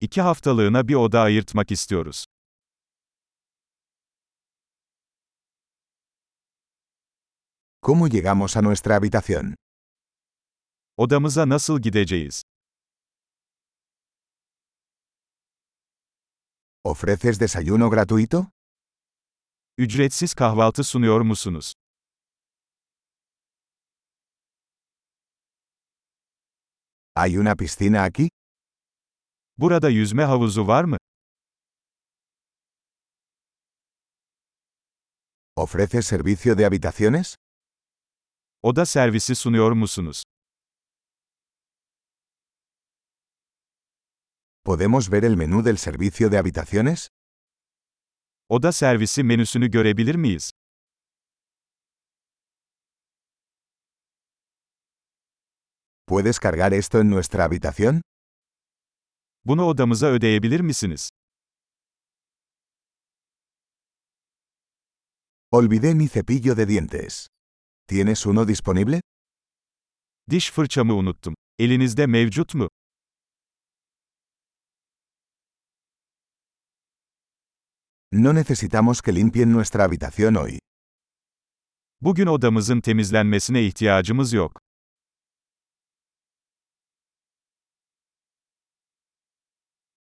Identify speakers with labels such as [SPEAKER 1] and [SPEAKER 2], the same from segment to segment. [SPEAKER 1] İki haftalığına bir oda ayırtmak istiyoruz.
[SPEAKER 2] ¿Cómo llegamos a nuestra habitación?
[SPEAKER 1] Odamıza nasıl gideceğiz?
[SPEAKER 2] ¿Ofreces desayuno gratuito?
[SPEAKER 1] Ücretsiz kahvaltı sunuyor musunuz?
[SPEAKER 2] ¿Hay una piscina aquí?
[SPEAKER 1] Burada yüzme havuzu var mı?
[SPEAKER 2] ¿Ofreces servicio de habitaciones?
[SPEAKER 1] Oda servisi sunuyor musunuz?
[SPEAKER 2] ¿Podemos ver el menú del servicio de habitaciones?
[SPEAKER 1] Oda servisi menüsünü görebilir miyiz?
[SPEAKER 2] ¿Puedes cargar esto en nuestra habitación?
[SPEAKER 1] Bunu odamıza ödeyebilir misiniz?
[SPEAKER 2] Olvidé mi cepillo de dientes. ¿Tienes uno disponible?
[SPEAKER 1] Diş fırçamı unuttum. Elinizde mevcut mu?
[SPEAKER 2] No necesitamos que limpien nuestra habitación hoy.
[SPEAKER 1] Bugün odamızın temizlenmesine ihtiyacımız yok.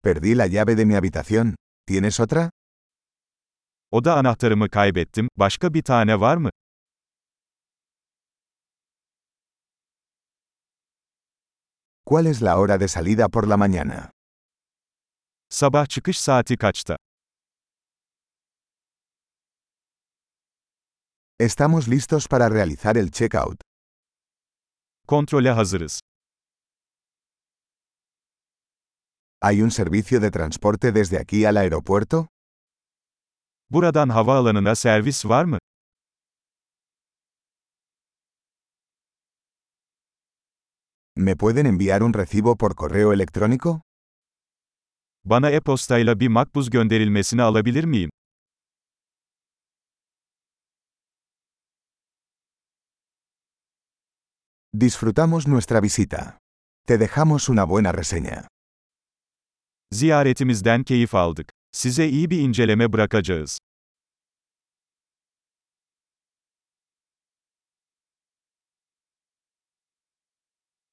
[SPEAKER 2] Perdí la llave de mi habitación. ¿Tienes otra?
[SPEAKER 1] Oda anahtarımı kaybettim. Başka bir tane var mı?
[SPEAKER 2] ¿Cuál es la hora de salida por la mañana?
[SPEAKER 1] Sabah çıkış saati kaçta?
[SPEAKER 2] Estamos listos para realizar el checkout.
[SPEAKER 1] Kontrole hazırız.
[SPEAKER 2] ¿Hay un servicio de transporte desde aquí al aeropuerto?
[SPEAKER 1] Buradan havaalanına servis var mı?
[SPEAKER 2] ¿Me pueden enviar un recibo por correo electrónico?
[SPEAKER 1] Bana e-postayla bir makbuz gönderilmesini alabilir miyim?
[SPEAKER 2] Disfrutamos nuestra visita. Te dejamos una buena reseña.
[SPEAKER 1] Ziyaretimizden keyif aldık. Size iyi bir inceleme bırakacağız.